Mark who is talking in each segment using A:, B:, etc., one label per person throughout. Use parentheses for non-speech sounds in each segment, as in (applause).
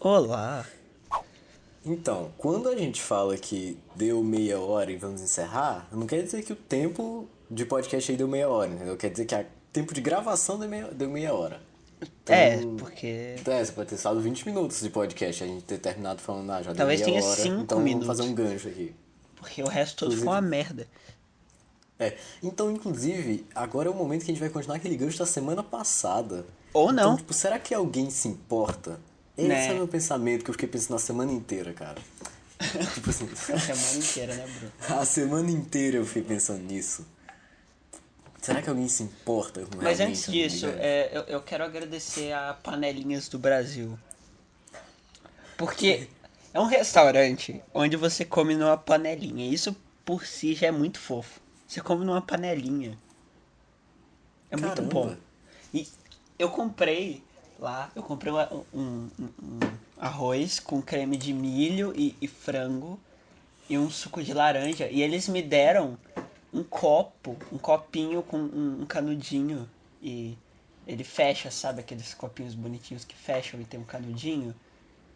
A: Olá!
B: Então, quando a gente fala que deu meia hora e vamos encerrar, não quer dizer que o tempo de podcast aí deu meia hora, entendeu? Quer dizer que o tempo de gravação deu meia, deu meia hora.
A: é, porque.
B: Então é, você pode ter estado 20 minutos de podcast, a gente ter terminado falando, ah, já deu
A: Talvez
B: meia
A: tenha
B: hora,
A: cinco
B: então
A: minutos.
B: vamos fazer um gancho aqui.
A: Porque o resto todo foi uma merda.
B: É, então, inclusive, agora é o momento que a gente vai continuar aquele gancho da semana passada.
A: Ou não.
B: Então, tipo, será que alguém se importa? Esse
A: Né.
B: é o meu pensamento que eu fiquei pensando a semana inteira, cara. (laughs) tipo assim,
A: A semana inteira, né, Bruno?
B: a semana inteira eu fiquei pensando nisso. Será que alguém se importa com
A: Mas
B: realmente
A: antes
B: um
A: disso,
B: gigante?
A: é, eu, eu quero agradecer a Panelinhas do Brasil. (laughs) Porque é um restaurante onde você come numa panelinha. Isso por si já é muito fofo. Você come numa panelinha. É muito
B: Caramba.
A: bom. E eu comprei lá, eu comprei uma- um, um- um arroz com creme de milho e, e frango e um suco de laranja. E eles me deram um copo, um copinho com um, um canudinho. E ele fecha, sabe? Aqueles copinhos bonitinhos que fecham e tem um canudinho.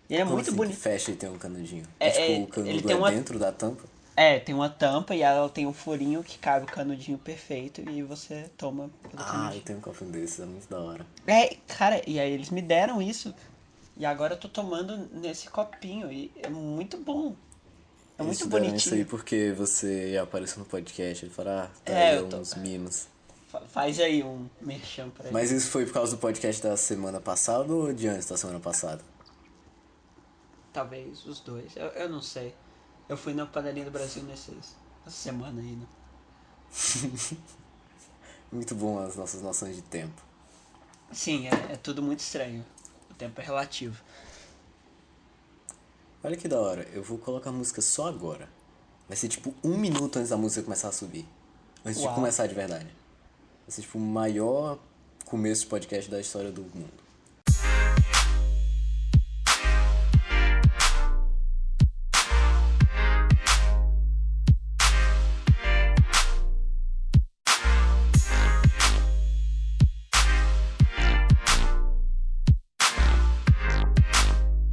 A: E ele é
B: Como
A: muito
B: assim que
A: bonito.
B: fecha e tem um canudinho.
A: É, é,
B: tipo, o canudo
A: ele tem
B: é
A: uma-
B: dentro da tampa.
A: É, tem uma tampa e ela tem um furinho que cabe o canudinho perfeito e você toma pelo
B: Ah,
A: canudinho.
B: eu tenho um cofre desses, é muito da hora.
A: É, cara, e aí eles me deram isso. E agora eu tô tomando nesse copinho. E é muito bom. É muito
B: Eles te deram Isso aí
A: bonitinho.
B: porque você apareceu no podcast, ele falou, ah, tá
A: É,
B: aí
A: eu tô-
B: uns mimos.
A: Fa- Faz aí um merchan pra ele.
B: Mas isso foi por causa do podcast da semana passada ou de antes da semana passada?
A: Talvez os dois. Eu, eu não sei. Eu fui na panelinha do Brasil nesses, nessa semana aí, né?
B: Muito bom as nossas noções de tempo.
A: Sim, é, é tudo muito estranho. O tempo é relativo. (laughs)
B: Olha que da hora, eu vou colocar a música só agora. Vai ser tipo um minuto antes da música começar a subir. Antes
A: Uau.
B: de começar de verdade. Vai ser tipo o maior começo de podcast da história do mundo.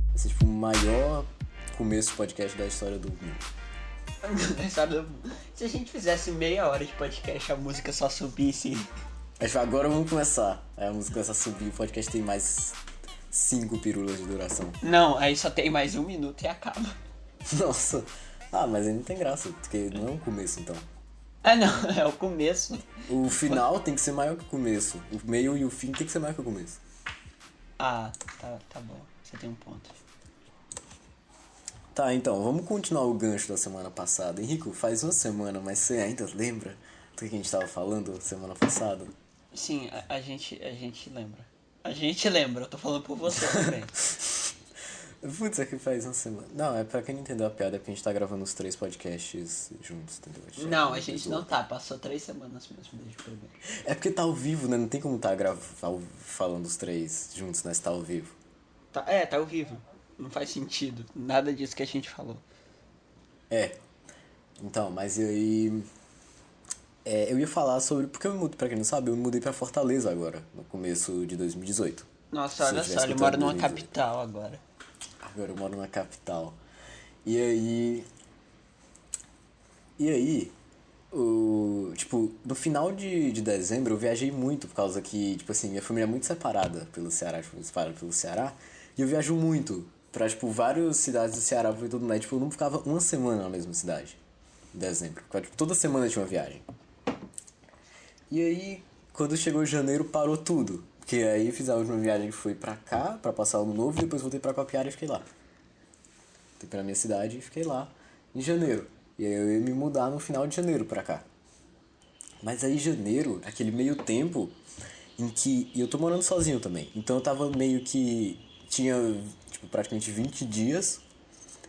B: Vai ser tipo o maior começo de podcast da história do mundo.
A: Sabe, se a gente fizesse meia hora de podcast, a música só subisse.
B: Aí, tipo, Agora vamos começar. Aí a música começa a subir, o podcast tem mais cinco pirulas de duração. (laughs)
A: Não, aí só tem mais um minuto e acaba.
B: Nossa. Ah, mas aí não tem graça, porque não é um começo então.
A: Ah, não, (laughs) é o começo.
B: O final tem que ser maior que o começo. O meio e o fim tem que ser maior que o começo.
A: Ah, tá, tá bom. Você tem um ponto.
B: Tá, então, vamos continuar o gancho da semana passada. Henrico, faz uma semana, mas você ainda lembra do que a gente tava falando semana passada?
A: Sim, a, a gente, a gente lembra. A gente lembra, eu tô falando por você
B: (laughs)
A: também.
B: Putz, é que faz uma semana. Não, é pra quem não entendeu a piada, é porque a gente tá gravando os três podcasts juntos, entendeu?
A: não, a gente não tá, passou três semanas mesmo desde o primeiro.
B: É porque tá ao vivo, né? Não tem como tá grav... ao- falando os três juntos, né? Se tá ao vivo.
A: Tá- é, tá horrível. Não faz sentido. Nada disso que a gente falou.
B: É. Então, mas e aí. é, eu ia falar sobre. Porque eu me mudei, pra quem não sabe, eu me mudei pra Fortaleza agora, no começo de 2018.
A: Nossa,
B: Se eu
A: olha
B: tivesse
A: só, ele
B: botado
A: mora numa
B: dois, é.
A: capital agora.
B: (laughs) Agora eu moro na capital. E aí. E aí. O, tipo, no final de, de dezembro eu viajei muito, por causa que, tipo assim, minha família é muito separada pelo Ceará, tipo, separada pelo Ceará. E eu viajo muito pra, tipo, várias cidades do Ceará e tudo mais. Tipo, eu não ficava uma semana na mesma cidade em dezembro. Porque, tipo, toda semana tinha uma viagem. E aí, quando chegou janeiro, parou tudo. Porque aí eu fiz a última viagem que foi pra cá, pra passar o ano novo, e depois voltei pra Copiara e fiquei lá. Voltei pra minha cidade e fiquei lá em janeiro. E aí eu ia me mudar no final de janeiro pra cá. Mas aí janeiro, é aquele meio tempo em que. E eu tô morando sozinho também. Então eu tava meio que. Tinha, tipo, praticamente 20 dias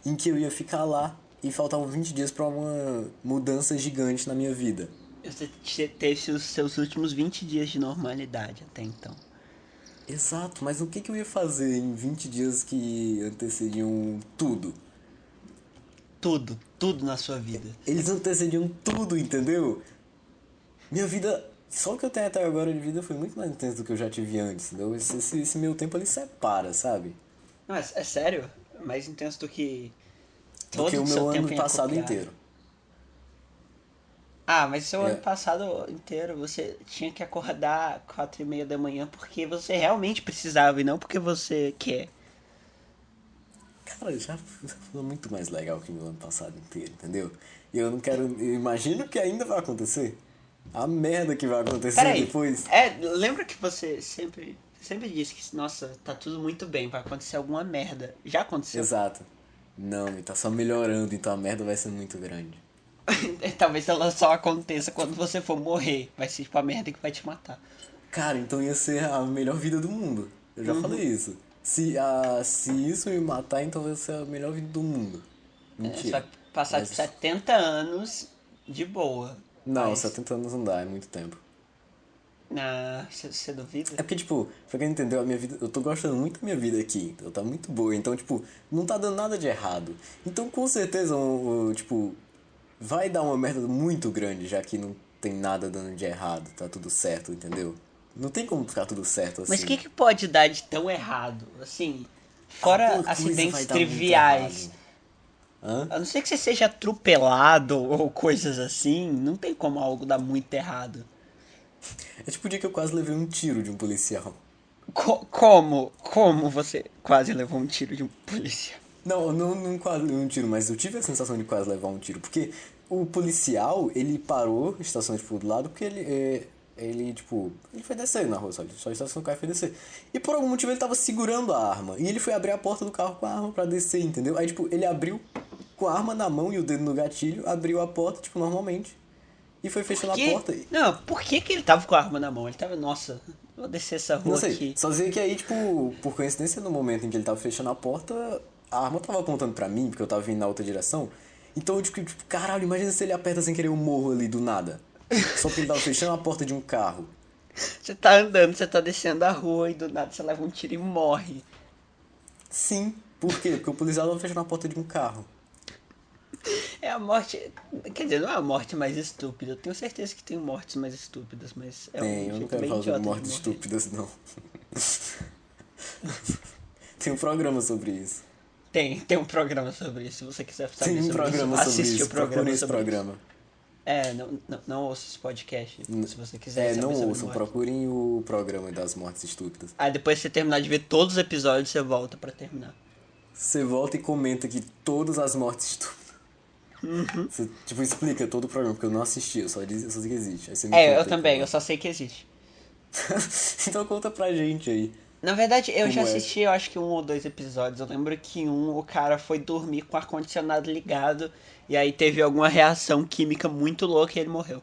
B: em que eu ia ficar lá e faltavam 20 dias pra uma mudança gigante na minha vida.
A: Você te- teve os seus últimos 20 dias de normalidade até então.
B: Exato, mas o que, que eu ia fazer em 20 dias que antecediam tudo?
A: Tudo, tudo na sua vida.
B: Eles antecediam tudo, entendeu? Minha vida, só o que eu tenho até agora de vida foi muito mais intensa do que eu já tive antes, entendeu? Esse, esse, esse meu tempo ele separa, sabe?
A: Não, é, é sério? Mais intenso do que todo
B: do que o
A: o seu
B: meu
A: tempo é
B: ano
A: em
B: passado
A: acompanhar.
B: inteiro.
A: Ah, mas seu
B: É.
A: ano passado inteiro você tinha que acordar quatro e meia da manhã porque você realmente precisava e não porque você quer.
B: Cara, já foi muito mais legal que meu ano passado inteiro, entendeu? E eu não quero. Eu imagino que ainda vai acontecer. A merda que vai acontecer
A: Peraí,
B: depois.
A: é, lembra que você sempre, sempre disse que, nossa, tá tudo muito bem, vai acontecer alguma merda. Já aconteceu.
B: Exato. Não, e tá só melhorando, então a merda vai ser muito grande.
A: (laughs) Talvez ela só aconteça quando você for morrer. Vai ser tipo a merda que vai te matar.
B: Cara, então ia ser a melhor vida do mundo. Eu
A: Uhum.
B: já falei isso. Se, a, se isso me matar, então vai ser a melhor vida do mundo.
A: Você
B: Mentira.
A: vai passar
B: Mas-
A: tipo, 70 anos de boa.
B: Não,
A: Mas-
B: 70 anos não dá, é muito tempo.
A: Ah, você você duvida?
B: É porque, tipo, pra quem não entendeu, a minha vida. Eu tô gostando muito da minha vida aqui. Então tá muito boa. Então, tipo, não tá dando nada de errado. Então, com certeza, o, o, tipo, vai dar uma merda muito grande, já que não tem nada dando de errado. Tá tudo certo, entendeu? Não tem como ficar tudo certo assim.
A: Mas o que, que pode dar de tão errado? Assim, fora
B: Alguma coisa vai
A: acidentes
B: dar muito
A: triviais.
B: errado. Hã?
A: A não ser que você seja atropelado (laughs) ou coisas assim, não tem como algo dar muito errado.
B: É tipo o dia que eu quase levei um tiro de um policial.
A: Co- como? Como você quase levou um tiro de um policial?
B: Não, eu não, não quase levei um tiro, mas eu tive a sensação de quase levar um tiro. Porque o policial, ele parou, estacionou tipo, do lado, porque ele, é, ele, tipo, ele foi descer na rua, só, só estacionou o carro e foi descer. E por algum motivo ele tava segurando a arma. E ele foi abrir a porta do carro com a arma pra descer, entendeu? Aí, tipo, ele abriu com a arma na mão e o dedo no gatilho, abriu a porta, tipo, normalmente. E foi fechando
A: Que-
B: a porta. e-
A: Não, por que, que ele tava com a arma na mão? Ele tava, nossa, vou descer essa
B: Não
A: rua
B: sei,
A: aqui.
B: só sei que aí, tipo, por coincidência, no momento em que ele tava fechando a porta, a arma tava apontando pra mim, porque eu tava vindo na outra direção. Então, eu, tipo, tipo, caralho, imagina se ele aperta sem querer um morro ali do nada. Só porque ele tava fechando a porta de um carro.
A: Você tá andando, você tá descendo a rua e do nada você leva um tiro e morre.
B: Sim. Por quê? Porque o policial tava fechando a porta de um carro.
A: É a morte. Quer dizer, não é a morte mais estúpida. Eu tenho certeza que tem mortes mais estúpidas, mas é
B: Tem,
A: um
B: eu não
A: jeito
B: quero
A: bem
B: falar
A: idiota
B: sobre
A: de
B: mortes
A: morrer.
B: estúpidas, não. (laughs) Tem um programa sobre isso.
A: Tem, tem um programa sobre isso. Se você quiser saber
B: Tem um
A: sobre
B: programa
A: isso,
B: sobre
A: assiste
B: isso.
A: o programa
B: Procure esse
A: sobre
B: programa.
A: isso. É, não, não, não ouça esse podcast. Se você quiser
B: É,
A: saber
B: não
A: sobre
B: ouçam,
A: morte.
B: procurem o programa das mortes estúpidas.
A: Aí depois que você terminar de ver todos os episódios, você volta pra terminar.
B: Você volta e comenta que todas as mortes tu...
A: Uhum.
B: Você, tipo, explica todo o programa, porque eu não assisti, eu só, diz, eu só sei que existe. Aí você me
A: É, eu
B: conta aí
A: também,
B: como
A: eu só sei que existe.
B: é. (laughs) então conta pra gente aí.
A: Na verdade, eu já
B: Como é?
A: assisti, eu acho que um ou dois episódios. Eu lembro que em um o cara foi dormir com o ar-condicionado ligado e aí teve alguma reação química muito louca e ele morreu.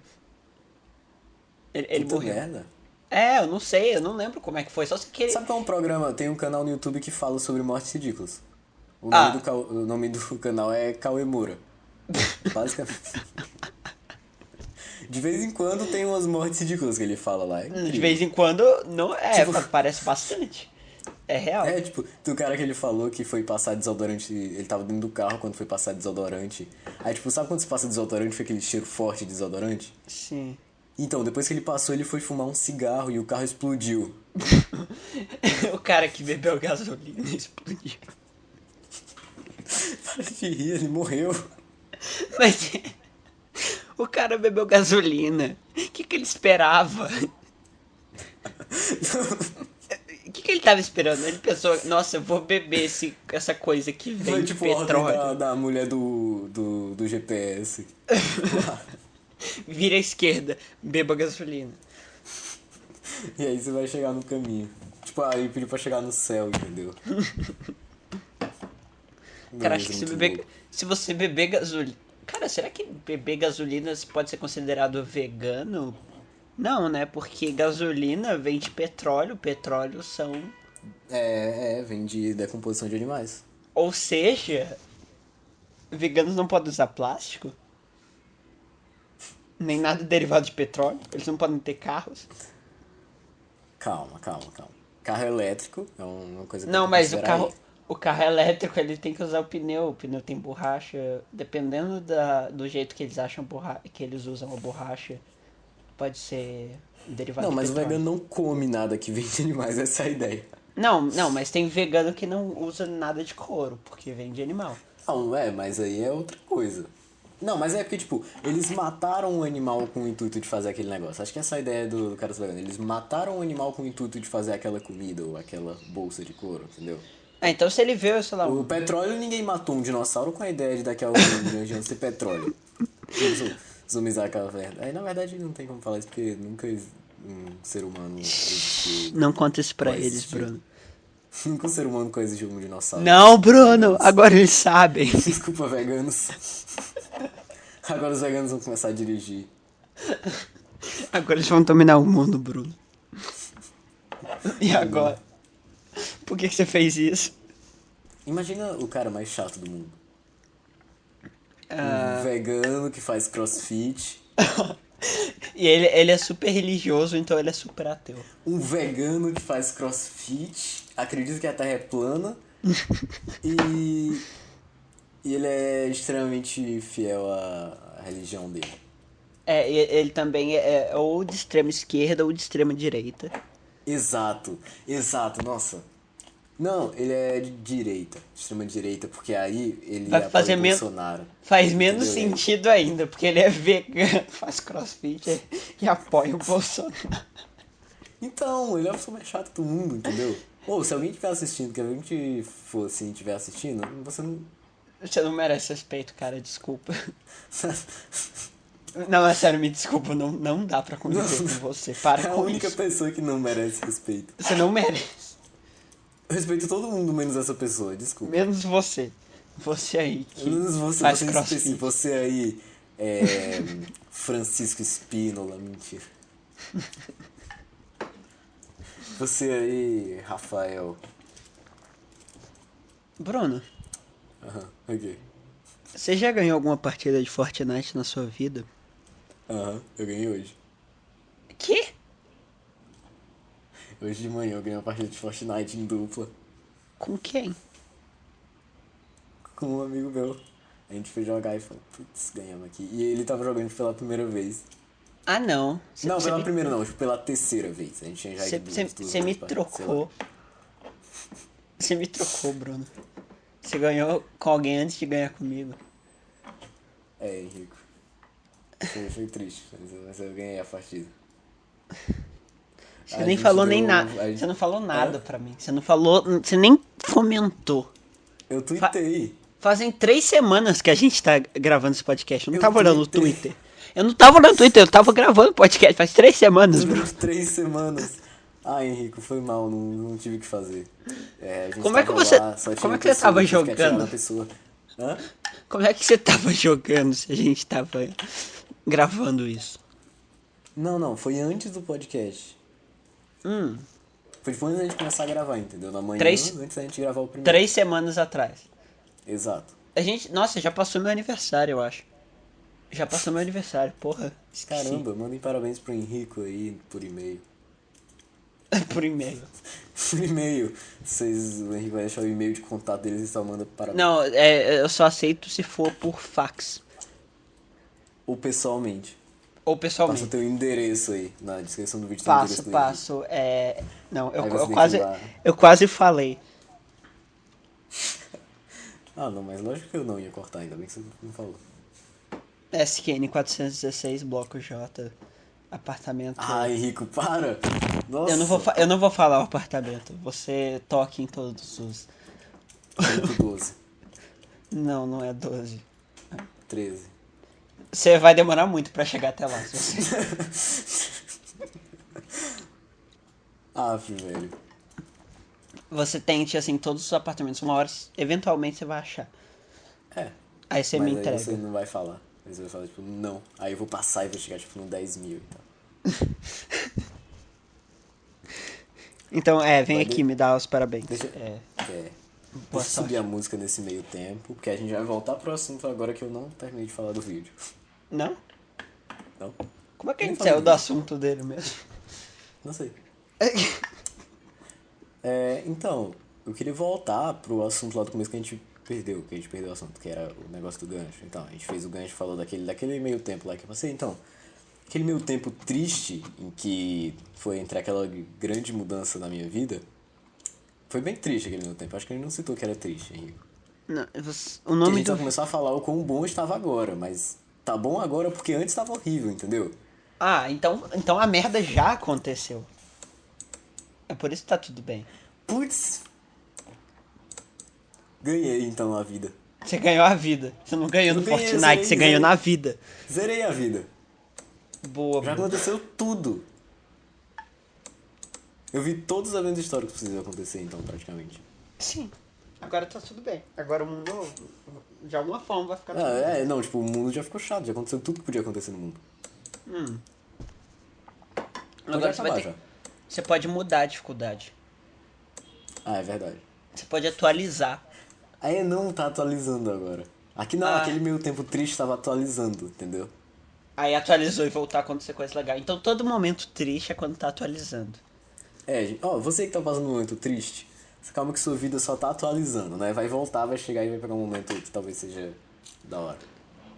A: Ele, ele
B: Puta
A: morreu.
B: merda.
A: É, eu não sei, eu não lembro como é que foi, só sei que ele.
B: Sabe qual é um programa? Tem um canal no YouTube que fala sobre mortes ridículas. O,
A: Ah.
B: nome, do, ca- o nome do (laughs) canal é Cauemura.
A: (laughs)
B: Basicamente. De vez em quando tem umas mortes ridículas que ele fala lá.
A: De
B: É incrível.
A: vez em quando, não é,
B: Tipo-
A: pa- parece bastante. É real.
B: (laughs) É, tipo, do cara que ele falou que foi passar desodorante. Ele tava dentro do carro quando foi passar desodorante. Aí, tipo, sabe quando você passa desodorante, fica aquele cheiro forte de desodorante?
A: Sim. (laughs)
B: Então, depois que ele passou, ele foi fumar um cigarro e o carro explodiu. (laughs)
A: o cara que bebeu gasolina explodiu.
B: Para de rir, ele morreu.
A: (laughs) Mas o cara bebeu gasolina. O que, que ele esperava? O que, que ele tava esperando? Ele pensou, nossa, eu vou beber esse, essa coisa que vem
B: Foi
A: de
B: tipo a ordem
A: petróleo.
B: da, da mulher do, do, do GPS.
A: Vira à esquerda, beba gasolina.
B: E aí você vai chegar no caminho. Tipo, aí ele pediu pra chegar no céu,
A: (laughs)
B: entendeu?
A: Cara,
B: Beleza,
A: acho que se,
B: é muito
A: beber,
B: louco.
A: se você beber gasolina. Cara, será que beber gasolina pode ser considerado vegano? Não, né? Porque gasolina vem de petróleo, petróleo são.
B: É, é, vem de decomposição de animais.
A: Ou seja, veganos não podem usar plástico? Nem nada derivado de petróleo? Eles não podem ter carros?
B: Calma, calma, calma. Carro elétrico é uma coisa que
A: Não,
B: tem que
A: mas o
B: considerar
A: carro,
B: aí.
A: o carro elétrico ele tem que usar o pneu. O pneu tem borracha. Dependendo da, do jeito que eles acham borra, que eles usam a borracha, pode ser derivado
B: Não,
A: de
B: mas o
A: petróleo.
B: (laughs) vegano não come nada que vem de animais, essa é a ideia.
A: Não, não, mas tem vegano que não usa nada de couro, porque vem de animal.
B: Não, é, mas aí é outra coisa. Não, mas é porque, tipo, eles mataram o animal com o intuito de fazer aquele negócio. Acho que essa é a ideia do, do cara ser vegano. Eles mataram o animal com o intuito de fazer aquela comida ou aquela bolsa de couro, entendeu?
A: Ah, então se ele vê, sei lá,
B: O
A: um...
B: petróleo, ninguém matou um dinossauro com a ideia de daqui a alguns milhões de anos ter petróleo. Zo- Zoomizar aquela merda. Aí, na verdade, não tem como falar isso, porque nunca um ser humano existiu.
A: não conta isso pra
B: Mas,
A: eles,
B: tipo,
A: Bruno.
B: Nunca um ser humano coexistiu com um dinossauro.
A: Não, Bruno, agora eles sabem.
B: Desculpa, veganos. Agora os veganos vão começar a dirigir.
A: Agora eles vão dominar o mundo, Bruno. E agora? Por que que você fez isso?
B: Imagina o cara mais chato do mundo.
A: Ah.
B: Um vegano que faz crossfit.
A: E ele, ele é super religioso, então ele é super ateu.
B: Um vegano que faz crossfit. Acredita que a terra é
A: (laughs)
B: plana. e. E ele é extremamente fiel à à religião dele.
A: É, e- ele também é, é ou de extrema esquerda ou de extrema direita.
B: Exato, exato, nossa. Não, ele é de direita, extrema direita, porque aí ele
A: Vai
B: apoia
A: fazer
B: o
A: men-
B: Bolsonaro.
A: Faz menos
B: Entendeu?
A: sentido ainda, porque ele é vegano, (laughs) faz crossfit e apoia o Bolsonaro.
B: Então, ele é a pessoa mais chata do mundo, entendeu?
A: (laughs)
B: Ou se alguém estiver assistindo, que alguém te for assim, estiver assistindo, você não.
A: Você não merece respeito, cara, desculpa. Não, é sério, me desculpa, não, não dá pra conviver com você. Para
B: (laughs) é a
A: com
B: única
A: isso.
B: pessoa que não merece respeito.
A: Você não merece.
B: Eu respeito todo mundo, menos essa pessoa, desculpa.
A: Menos você. Você aí que
B: Menos você,
A: faz
B: você, em
A: crossfit.
B: específico, você aí, é, Francisco Espínola, mentira. Você aí, Rafael.
A: Bruno,
B: Aham, ok.
A: você já ganhou alguma partida de Fortnite na sua vida?
B: Aham, eu ganhei hoje.
A: Que?
B: Hoje de manhã eu ganhei uma partida de Fortnite em dupla
A: Com quem?
B: com um amigo meu. A gente foi jogar e falou, putz, ganhamos aqui. E ele tava jogando pela primeira vez.
A: Ah, não. Você-
B: não,
A: você
B: pela
A: me-
B: primeira não, tipo, pela terceira vez. A gente tinha já
A: Você
B: ido
A: você-
B: duas, duas
A: você me
B: vezes, sei lá.
A: trocou. Você me trocou, Bruno. Você ganhou com alguém antes de ganhar comigo.
B: É, Henrico. Foi, foi triste, mas eu, mas eu ganhei a partida.
A: Você
B: A
A: nem
B: gente
A: falou nem
B: deu-
A: nada.
B: a gente- É?
A: Você não falou nada
B: Hã?
A: pra mim. Você não falou. Você nem comentou.
B: Eu
A: (laughs)
B: tuitei.
A: Fazem três semanas que a gente tá gravando esse podcast. Eu não
B: Eu
A: tava olhando o
B: tuitei.
A: Twitter. Eu não tava olhando o Twitter, eu tava gravando o podcast faz três
B: (laughs)
A: semanas, Bruno.
B: Durante três semanas. Ah, Henrico, foi mal, não, não tive o que fazer. É, a gente
A: Como é que
B: tava
A: você-
B: lá, só tinha
A: como é
B: uma
A: que você tava
B: pessoa, tive que atirar
A: jogando?
B: na pessoa. Hã?
A: Como é que você tava (laughs) jogando se a gente tava gravando isso?
B: Não, não, foi antes do podcast.
A: Hum,
B: Foi tipo antes da gente começar a gravar, entendeu? Na manhã,
A: Três-
B: antes da gente gravar o primeiro.
A: três semanas atrás.
B: Exato.
A: A gente. Nossa, já passou meu aniversário, eu acho. Já passou meu aniversário, porra. Esqueci.
B: Caramba, mandem parabéns pro Henrico aí por e-mail.
A: (laughs) Por e-mail.
B: Por e-mail. Vocês, o Henrico vai deixar o e-mail de contato deles e só manda parabéns.
A: Não, é, eu só aceito se for por fax.
B: Ou pessoalmente.
A: Ou
B: Passa o
A: pessoalmente.
B: teu endereço aí na descrição do vídeo. tem o endereço
A: Passo,
B: do
A: passo. É. Não, eu,
B: né? Aí
A: eu
B: você tem que
A: quase.
B: ir lá.
A: Eu quase falei.
B: Henrico. Ah, não, mas lógico que eu não ia cortar, ainda bem que você não falou.
A: SQN 416, bloco J. Apartamento.
B: Ah, Henrico, para! Nossa!
A: eu, não vou fa- eu não vou falar o apartamento. Você toque em todos os.
B: Henrico, 12,
A: Não, não é 12.
B: 13.
A: Você vai demorar muito pra chegar até lá. se você-
B: (laughs) Aff, Ah, velho.
A: Você tente, assim, todos os apartamentos. Uma hora, eventualmente, você vai achar.
B: É.
A: Aí você
B: mas
A: me entrega.
B: aí você não vai falar. Aí você vai falar, tipo, não. Aí eu vou passar e vou chegar, tipo, no 10 mil e tal.
A: Então, é, vem
B: Valeu.
A: aqui, me dá os parabéns.
B: Deixa-
A: É.
B: É.
A: Boa
B: Deixa eu subir a música nesse meio tempo, porque a gente vai voltar pro assunto agora que eu não terminei de falar do vídeo. Então,
A: Não?
B: Não?
A: Como é que a
B: Nem
A: gente
B: falei
A: saiu do
B: disso.
A: assunto dele
B: (laughs)
A: mesmo?
B: Não sei. É, então, eu queria voltar pro assunto lá do começo que a gente perdeu, que a gente perdeu o assunto, que era o negócio do gancho. Então, a gente fez o gancho, falou daquele, daquele meio tempo lá que eu passei. Então, aquele meio tempo triste em que foi entre aquela grande mudança na minha vida Foi bem triste aquele no tempo. Acho que ele não citou que era triste, Henrique.
A: Não, então. você- o
B: Porque a
A: nome
B: gente
A: do.
B: só começou a falar o quão bom estava agora, mas tá bom agora porque antes estava horrível, entendeu?
A: Ah, então, então a merda já aconteceu. É por isso que tá tudo bem.
B: Putz! Ganhei então a vida.
A: Você ganhou a vida. Você não ganhou no
B: Não ganhei,
A: Fortnite,
B: zerei,
A: você ganhou
B: zerei.
A: na vida.
B: Zerei a vida.
A: Boa, Bruno.
B: Já Então aconteceu tudo. Eu vi todos os eventos históricos que precisam acontecer, então, praticamente.
A: Sim. Agora tá tudo bem. Agora o mundo, de alguma forma, vai ficar.
B: Ah, é, não, tipo, o mundo já ficou chato, já aconteceu tudo que podia acontecer no mundo. Então
A: Agora você vai ter...
B: acabar
A: Você pode mudar a dificuldade.
B: Ah, é verdade.
A: Você pode atualizar.
B: Aí não tá atualizando agora. Aqui não,
A: Ah.
B: aquele meio tempo triste tava atualizando, entendeu?
A: Aí atualizou e voltar aconteceu coisa legal. Então todo momento triste é quando tá atualizando.
B: É, gente, ó, você que tá passando um momento triste, calma que sua vida só tá atualizando, né? Vai voltar, vai chegar e vai pegar um momento que talvez seja da hora.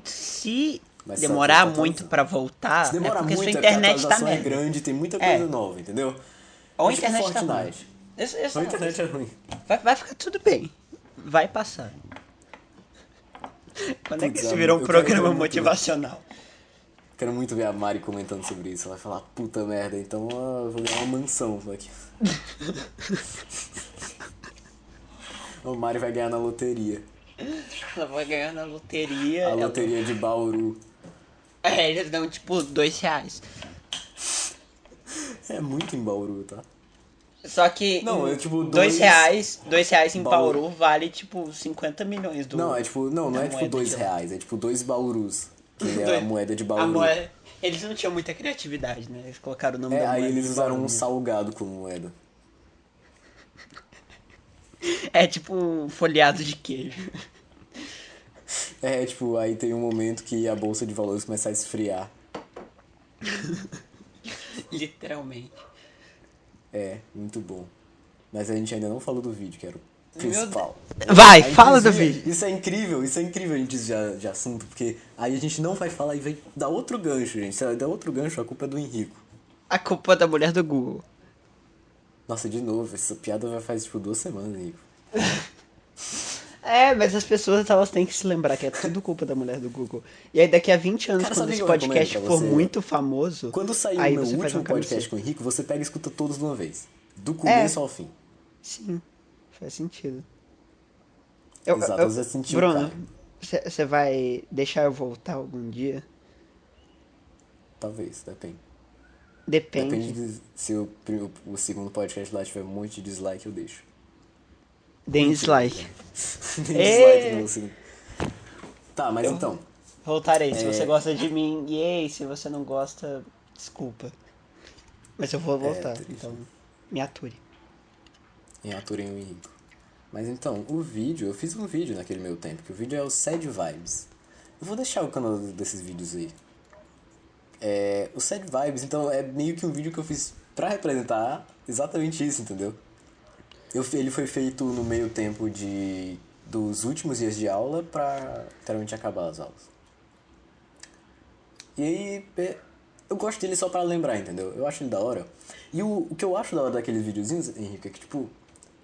A: Se
B: Mas só
A: demorar
B: tem que
A: muito
B: atualizar.
A: pra voltar,
B: Se
A: é
B: demora
A: porque
B: muito,
A: sua
B: é porque a
A: internet tá
B: atualização é
A: merda.
B: grande, tem muita
A: É.
B: coisa nova, entendeu?
A: Ou a
B: É tipo
A: internet tá ruim.
B: Fortnite.
A: Isso- isso-
B: A internet é ruim.
A: Vai, vai ficar tudo bem. Vai passar. Quando é que
B: Putz,
A: isso
B: eu-
A: virou um
B: eu quero- eu
A: programa
B: quero muito-
A: motivacional?
B: Quero muito ver a Mari comentando sobre isso. Ela vai falar, puta merda, então ó, eu vou ganhar uma mansão
A: (laughs)
B: aqui. o Mari vai ganhar na loteria.
A: Ela vai ganhar na loteria.
B: A
A: ela-
B: loteria de Bauru.
A: É, eles dão tipo dois reais.
B: É muito em Bauru, tá?
A: Só que.
B: Não,
A: em
B: é, tipo,
A: dois
B: dois-
A: reais. Dois reais em
B: Bauru.
A: Bauru vale tipo 50 milhões do.
B: Não, é tipo, não, não
A: da
B: é tipo
A: moeda
B: dois
A: de lá.
B: reais, é tipo dois Baurus. Que é a
A: Dois-
B: moeda de
A: A
B: Bauru.
A: moeda. Eles não tinham muita criatividade, né? Eles colocaram o nome
B: É,
A: da
B: aí
A: moeda.
B: eles
A: de
B: usaram
A: Bauru.
B: um salgado como moeda.
A: É tipo um folheado de queijo. (laughs)
B: É, tipo, aí tem um momento que a bolsa de valores começa a esfriar.
A: Literalmente.
B: É, muito bom. Mas a gente ainda não falou do vídeo, que era o principal.
A: Vai,
B: Aí
A: fala do
B: desvia-
A: vídeo.
B: Isso é incrível, isso é incrível a gente desviar de assunto, porque aí a gente não vai falar e vai dar outro gancho, gente. Se ela der outro gancho, a culpa é do Henrico.
A: A culpa da mulher do Google.
B: Nossa, de novo, essa piada vai faz tipo duas semanas, Henrico.
A: É, mas as pessoas elas têm que se lembrar que é tudo culpa da mulher do Google. E aí daqui a 20 anos,
B: Cara,
A: quando
B: sabe
A: esse
B: o que eu recomendo
A: podcast
B: pra
A: for
B: você?
A: muito famoso,
B: Quando sair o
A: aí
B: meu
A: você faz É.
B: último
A: um caminho
B: podcast com o Henrico, você pega e escuta todos de uma vez. Do começo ao fim.
A: Sim, faz sentido. Eu,
B: Exato,
A: eu,
B: faz sentido,
A: Bruno,
B: cara.
A: você vai deixar eu voltar algum dia?
B: Talvez, depende.
A: Depende.
B: Depende de se o, prim- o segundo podcast lá tiver um monte de dislike, eu deixo. (laughs)
A: Dê dislike.
B: né? Tem
A: Ê!
B: dislike no segundo. Tá, mas então.
A: Voltarei. Se
B: É.
A: você gosta de mim, yay. Se você não gosta, desculpa. Mas eu vou voltar,
B: É, triste.
A: então me ature.
B: Em Aturem o Henrico. Mas então, o vídeo, eu fiz um vídeo naquele meu tempo, que o vídeo é o Sad Vibes. Eu vou deixar o canal desses vídeos aí. É, o Sad Vibes, então, é meio que um vídeo que eu fiz pra representar exatamente isso, entendeu? Eu, fi- ele foi feito no meio tempo de dos últimos dias de aula pra literalmente acabar as aulas. E aí, é, eu gosto dele só pra lembrar, entendeu? Eu acho ele da hora. E o, o que eu acho da hora daqueles videozinhos, Henrique, é que, tipo,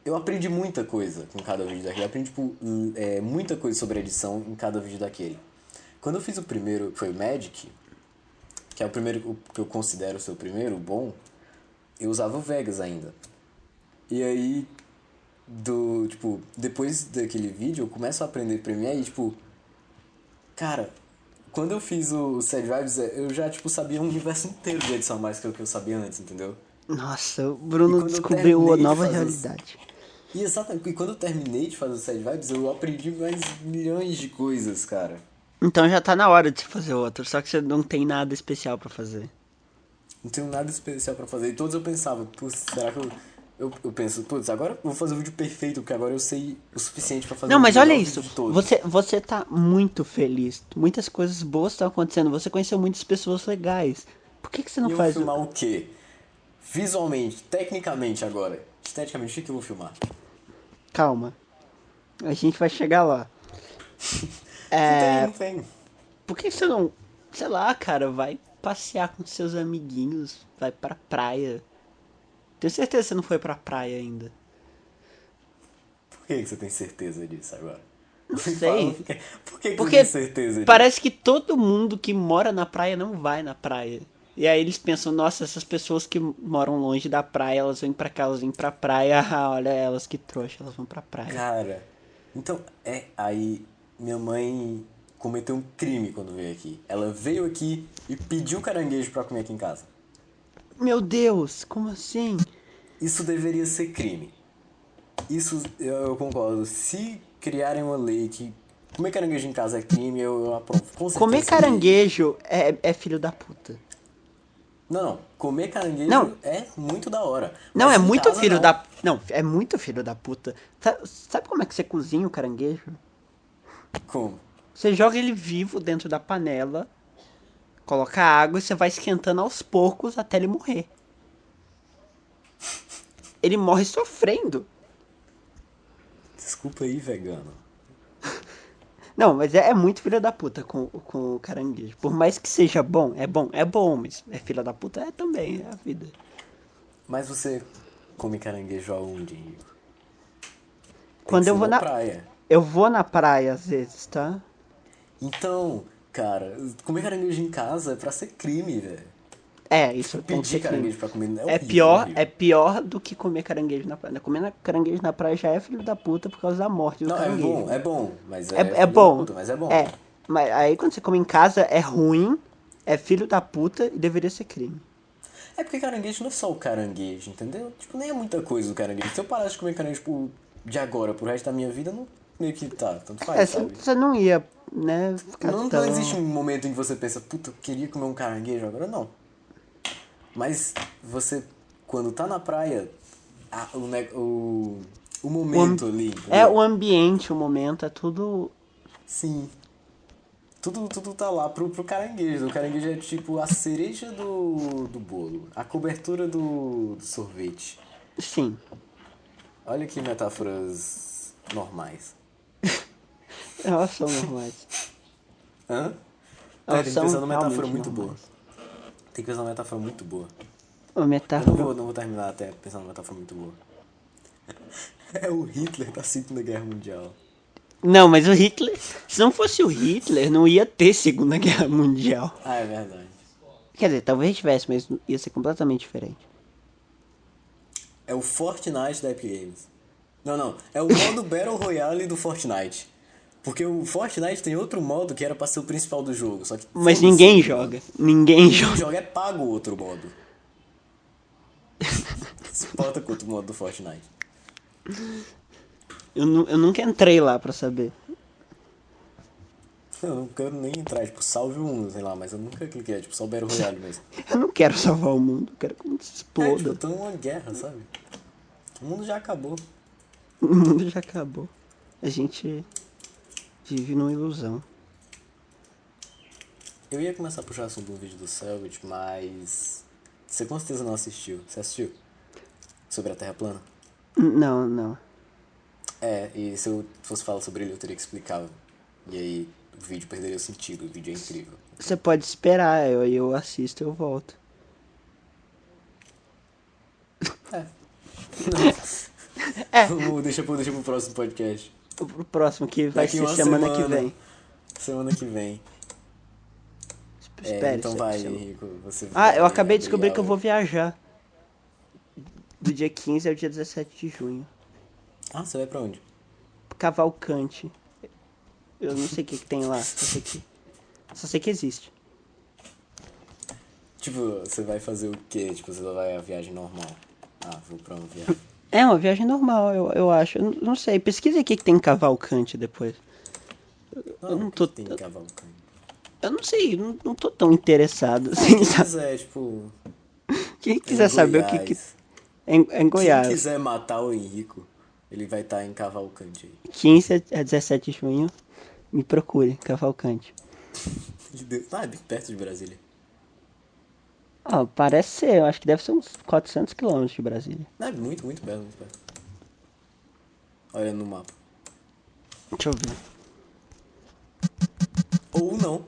B: eu aprendi muita coisa com cada vídeo daquele. Eu aprendi, tipo, l- é, muita coisa sobre edição em cada vídeo daquele. Quando eu fiz o primeiro, que foi o Magic, que é o primeiro o que eu considero ser o primeiro, o bom, eu usava o Vegas ainda. E aí, do, tipo, depois daquele vídeo, eu começo a aprender Premiere e, tipo, Cara, quando eu fiz o Sad Vibes, é, eu já, tipo, sabia um universo inteiro de edição a mais que o que eu sabia antes, entendeu?
A: Nossa, o
B: E
A: Bruno
B: quando eu
A: descobriu a
B: terminei de
A: nova
B: fazer isso-
A: realidade.
B: E exatamente, e quando eu terminei de fazer o Sad Vibes, eu aprendi mais milhões de coisas, cara.
A: Então já tá na hora de você fazer outro, só que você não tem nada especial pra fazer.
B: Não tenho nada especial pra fazer. E todos eu pensava, putz, será que eu... Eu, eu penso, putz, agora eu vou fazer o vídeo perfeito, porque agora eu sei o suficiente pra fazer
A: Não,
B: o
A: mas
B: melhor
A: olha
B: vídeo
A: isso.
B: de todos.
A: Você, você tá muito feliz. Muitas coisas boas estão acontecendo. Você conheceu muitas pessoas legais. Por que, que você não
B: E um eu vou
A: faz o-
B: filmar o quê? Visualmente, tecnicamente agora. Esteticamente, o que que eu vou filmar?
A: Calma. A gente vai chegar lá. É.
B: Não tem, não tem.
A: Por que você não. Sei lá, cara, vai passear com seus amiguinhos, vai pra praia. Tenho certeza que você não foi pra praia ainda.
B: Por que, que você tem certeza disso agora?
A: Não
B: (laughs) Me
A: sei.
B: fala, Por que, por que, que
A: Porque
B: você tem certeza disso?
A: Parece que todo mundo que mora na praia não vai na praia. E aí eles pensam, nossa, essas pessoas que moram longe da praia, elas vêm pra cá, elas vêm pra praia. (laughs) Ah, olha elas que trouxa, elas vão pra praia.
B: Cara, então, é, aí minha mãe cometeu um crime quando veio aqui. Ela veio aqui e pediu caranguejo pra comer aqui em casa.
A: Meu Deus, como assim?
B: Isso deveria ser crime. Isso, eu, eu concordo. Se criarem uma lei que comer caranguejo em casa é crime, eu, eu aprovo. Com certeza.
A: Comer caranguejo é, é filho da puta.
B: Não, não. Comer caranguejo
A: Não.
B: é muito da hora.
A: Não,
B: Mas
A: é
B: em
A: muito
B: casa,
A: filho
B: não.
A: da. Não, é muito filho da puta. Sa- Sabe como é que você cozinha o caranguejo?
B: Como?
A: Você joga ele vivo dentro da panela, coloca água e você vai esquentando aos poucos até ele morrer. Ele morre sofrendo.
B: Desculpa aí, vegano.
A: Não, mas é, é muito filha da puta com, com o caranguejo. Por mais que seja bom, é bom, é bom, mas é filha da puta, é também, é a vida.
B: Mas você come caranguejo aonde, Henrico? Tem que
A: Quando eu
B: ser
A: vou na-
B: praia.
A: Eu vou na praia às vezes, tá?
B: Então, cara, comer caranguejo em casa é pra ser crime, velho.
A: É, isso tem que
B: Pedir
A: ser crime.
B: caranguejo pra comer é
A: É
B: horrível,
A: pior,
B: horrível.
A: é pior do que comer caranguejo na praia. Comer na- caranguejo na praia já é filho da puta por causa da morte do
B: Não, é
A: caranguejo.
B: bom, é bom, mas é,
A: É, é
B: filho da
A: bom.
B: puta, mas é bom.
A: mas aí quando você come em casa é ruim, é filho da puta e deveria ser crime.
B: É porque caranguejo não é só o caranguejo, entendeu? Tipo, nem é muita coisa o caranguejo. Se eu parasse de comer caranguejo pro- de agora pro resto da minha vida, não meio que tá, tanto faz,
A: É, você
B: sabe?
A: você não ia, né, ficar
B: Não,
A: tão...
B: não existe um momento em que você pensa, puta, eu queria comer um caranguejo agora, não. Mas você, quando tá na praia, a- o, ne- o, o momento
A: É,
B: ali. entendeu?
A: o ambiente, o momento, é tudo...
B: Sim. Tudo, tudo tá lá pro, pro caranguejo. O caranguejo é tipo a cereja do, do bolo, a cobertura do, do sorvete.
A: Sim.
B: Olha que metáforas normais.
A: Elas são normais.
B: Hã?
A: Elas
B: Cara, tem que
A: são
B: pensar numa tá metáfora
A: realmente
B: muito boa.
A: normais.
B: Tem que pensar numa metáfora muito boa.
A: Uma
B: Eu não
A: metáfora...
B: vou, não vou terminar até pensar numa metáfora muito boa. É o Hitler da Segunda Guerra Mundial.
A: Não, mas o Hitler... Se não fosse o Hitler, não ia ter Segunda Guerra Mundial.
B: Ah, é verdade.
A: Quer dizer, talvez tivesse, mas ia ser completamente diferente.
B: É o Fortnite da Epic Games. Não, não. É o (laughs) modo Battle Royale do Fortnite. Porque o Fortnite tem outro modo que era pra ser o principal do jogo. Só que.
A: Mas
B: foda-se.
A: ninguém joga. Ninguém (laughs)
B: Quem
A: joga.
B: joga é pago o outro modo. Se importa com o outro modo do Fortnite.
A: Eu, nu- eu nunca entrei lá pra saber.
B: Eu não quero nem entrar, tipo, salve o mundo, sei lá, mas eu nunca cliquei, é, tipo, só o Battle Royale mesmo.
A: Eu não quero salvar o mundo, eu quero que o mundo se
B: É, tipo, eu (laughs)
A: exploda.
B: tô numa guerra, sabe? O mundo já acabou.
A: O mundo já acabou. A gente vive numa ilusão.
B: Eu ia começar a puxar o assunto do vídeo do Selbit, mas. Você com certeza não assistiu. Você assistiu? Sobre a Terra plana?
A: N- Não, não.
B: É, e se eu fosse falar sobre ele, eu teria que explicar. E aí, o vídeo perderia o sentido, o vídeo é incrível.
A: Você pode esperar, eu, eu assisto, eu volto. É.
B: (laughs) Vamos- deixa, pro, deixa pro próximo podcast.
A: O próximo que vai
B: Daqui
A: ser
B: uma
A: semana, que
B: semana.
A: vem.
B: Semana que vem. É,
A: Espere,
B: então
A: se-
B: vai, É,
A: se-
B: Henrico. Você
A: Ah, eu
B: vai
A: acabei de descobrir
B: abrir
A: que eu
B: aula.
A: vou viajar. Do dia 15 ao dia 17 de junho.
B: Ah, você vai pra onde?
A: Cavalcante. Eu não sei o que, que tem lá. Só sei que, só sei que existe.
B: Tipo, você vai fazer o quê? Tipo, você vai a viagem normal. Ah, vou pra uma viagem.
A: É uma viagem normal, eu, eu acho. Eu n- não sei, pesquisa aqui que tem em Cavalcante depois.
B: Não,
A: não
B: o que
A: tô-
B: que Tem em Cavalcante.
A: Eu não sei, eu não, não tô tão interessado (laughs) assim,
B: Quem
A: sabe?
B: quiser, tipo.
A: Quem
B: em
A: quiser saber o que, que
B: Goiás,
A: é em, é em Goiás,
B: Quem quiser matar o Henrico, ele vai estar em Cavalcante aí.
A: 15 a 17 de junho, me procure, Cavalcante.
B: Meu Deus. Ah, é bem perto de Brasília.
A: Ah, parece ser, eu acho que deve ser uns 400 quilômetros de Brasília.
B: Não, é muito, muito perto, muito perto. Olha no mapa.
A: Deixa eu ver.
B: Ou não.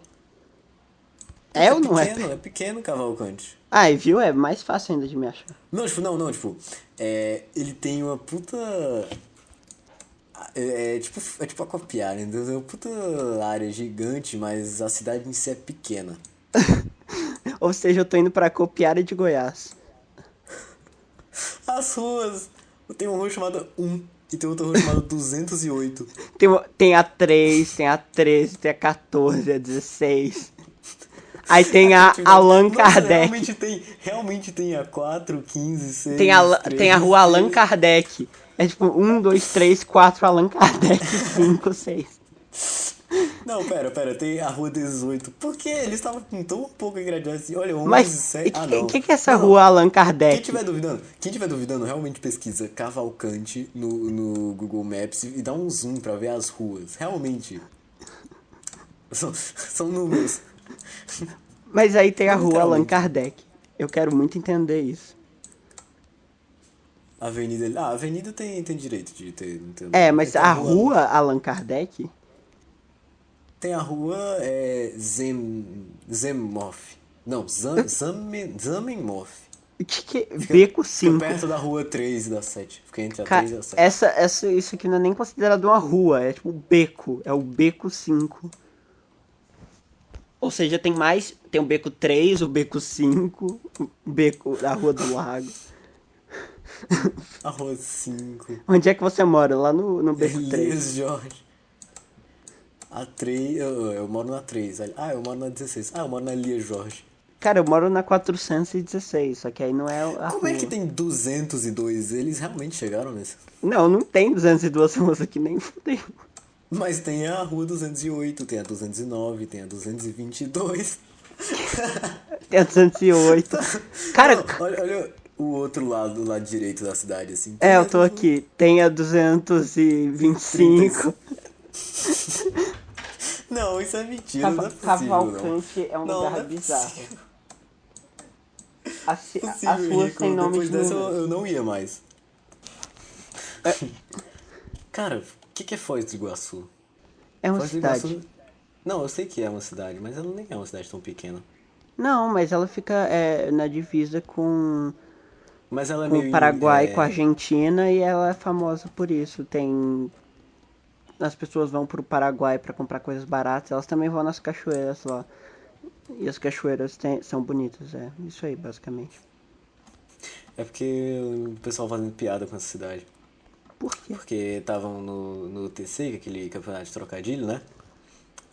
A: É ou não é?
B: pequeno, é? pequeno Cavalcante.
A: Ah, e viu? É mais fácil ainda de me achar.
B: Não, tipo, não, não, tipo. é, ele tem uma puta. É, é tipo, é tipo a copiar, né? É uma puta área gigante, mas a cidade em si é pequena.
A: Ou seja, eu tô indo pra Copiara de Goiás.
B: As ruas. um Tem uma rua chamada 1 e tem outra rua
A: (laughs)
B: chamada 208.
A: Tem, tem a 3, tem a 13, tem a 14, a 16. Aí tem É a
B: Tipo,
A: Allan
B: nossa,
A: Kardec.
B: Realmente tem, realmente tem a 4, 15, 6.
A: Tem a, tem a
B: 13.
A: rua Allan Kardec. É tipo 1, 2, 3, 4, Allan Kardec, 5, 6.
B: Não, pera, pera, tem a rua 18. Por que eles estavam com tão pouco ingrediente assim? Olha, 11,
A: Mas o
B: 7. Ah, não.
A: que, que é essa
B: Não, tipo não.
A: rua Allan
B: Quem
A: Kardec?
B: tiver duvidando, quem tiver duvidando, realmente pesquisa Cavalcante no, no Google Maps e dá um zoom pra ver as ruas. Realmente. São, são números.
A: Mas aí tem a rua Allan
B: Literalmente.
A: Kardec. Eu quero muito entender isso.
B: Avenida. Ah, avenida tem, tem direito de ter. não tem-
A: É, mas
B: tem
A: a rua Allan Kardec?
B: Tem a rua é, Zem, Zemmof. Não, Zam, Zamen- Zamenhof.
A: O que que. é?
B: Fica-
A: Beco
B: Fica
A: 5.
B: perto da rua 3 e da 7. Fica entre a
A: Hum. Ca-
B: 3 e a 7.
A: essa, essa, isso aqui não é nem considerado uma rua, é tipo um beco, é o beco 5. Ou seja, tem mais, tem o beco 3, o beco 5, o beco da Rua do Lago. é-
B: A
A: (laughs)
B: rua 5.
A: Onde é que você mora? Lá no, no beco 3.
B: Elias Jorge. A 3. Eu, eu moro na 3. Ah, eu moro na 16. Ah, eu moro na Lia Jorge.
A: Cara, eu moro na 416, só que aí não é a
B: Como é que
A: rua.
B: tem 202? Eles realmente chegaram nesse.
A: Não, não tem 202 ruas aqui, nem fudeu.
B: Mas tem a rua 208, tem a 209, tem a 222.
A: Tem a 208. Cara,
B: Não, olha, olha o outro lado, o lado direito da cidade, assim.
A: é, eu tô aqui. Tem a 225.
B: Não, isso é mentira, não é
A: Cava-
B: possível, não.
A: Cavalcante é um
B: Não,
A: lugar
B: não é
A: bizarro.
B: possível.
A: As, ci-
B: Possível,
A: as ruas
B: Rico.
A: têm nome
B: Depois
A: de
B: dessa
A: número.
B: eu, eu não ia mais. (laughs) Cara, o que, que é Foz do Iguaçu?
A: É uma
B: Foz do
A: cidade.
B: Iguaçu... Não, eu sei que é uma cidade, mas ela nem é uma cidade tão pequena.
A: Não, mas ela fica é, na divisa com,
B: Mas ela é
A: com
B: meio...
A: o Paraguai,
B: é,
A: com a Argentina, e ela é famosa por isso. Tem. As pessoas vão pro Paraguai pra comprar coisas baratas, elas também vão nas cachoeiras lá. E as cachoeiras têm- são bonitas, é. Isso aí, basicamente.
B: É porque o pessoal fazendo piada com essa cidade.
A: Por quê?
B: Porque estavam no, no TC, que é aquele campeonato de trocadilho, né?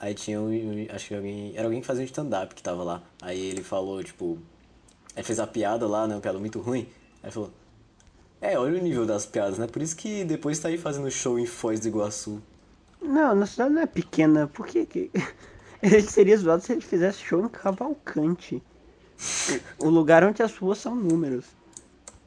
B: Aí tinha um, um- acho que alguém, era alguém que fazia um stand-up que tava lá. Aí ele falou, tipo, aí fez a piada lá, né, uma piada muito ruim. Aí falou, é, olha o nível das piadas, né? Por isso que depois tá aí fazendo show em Foz do Iguaçu.
A: Não, nossa cidade não é pequena. Por que que... (laughs) Ele seria zoado se ele fizesse show em Cavalcante. O o lugar onde as ruas são números.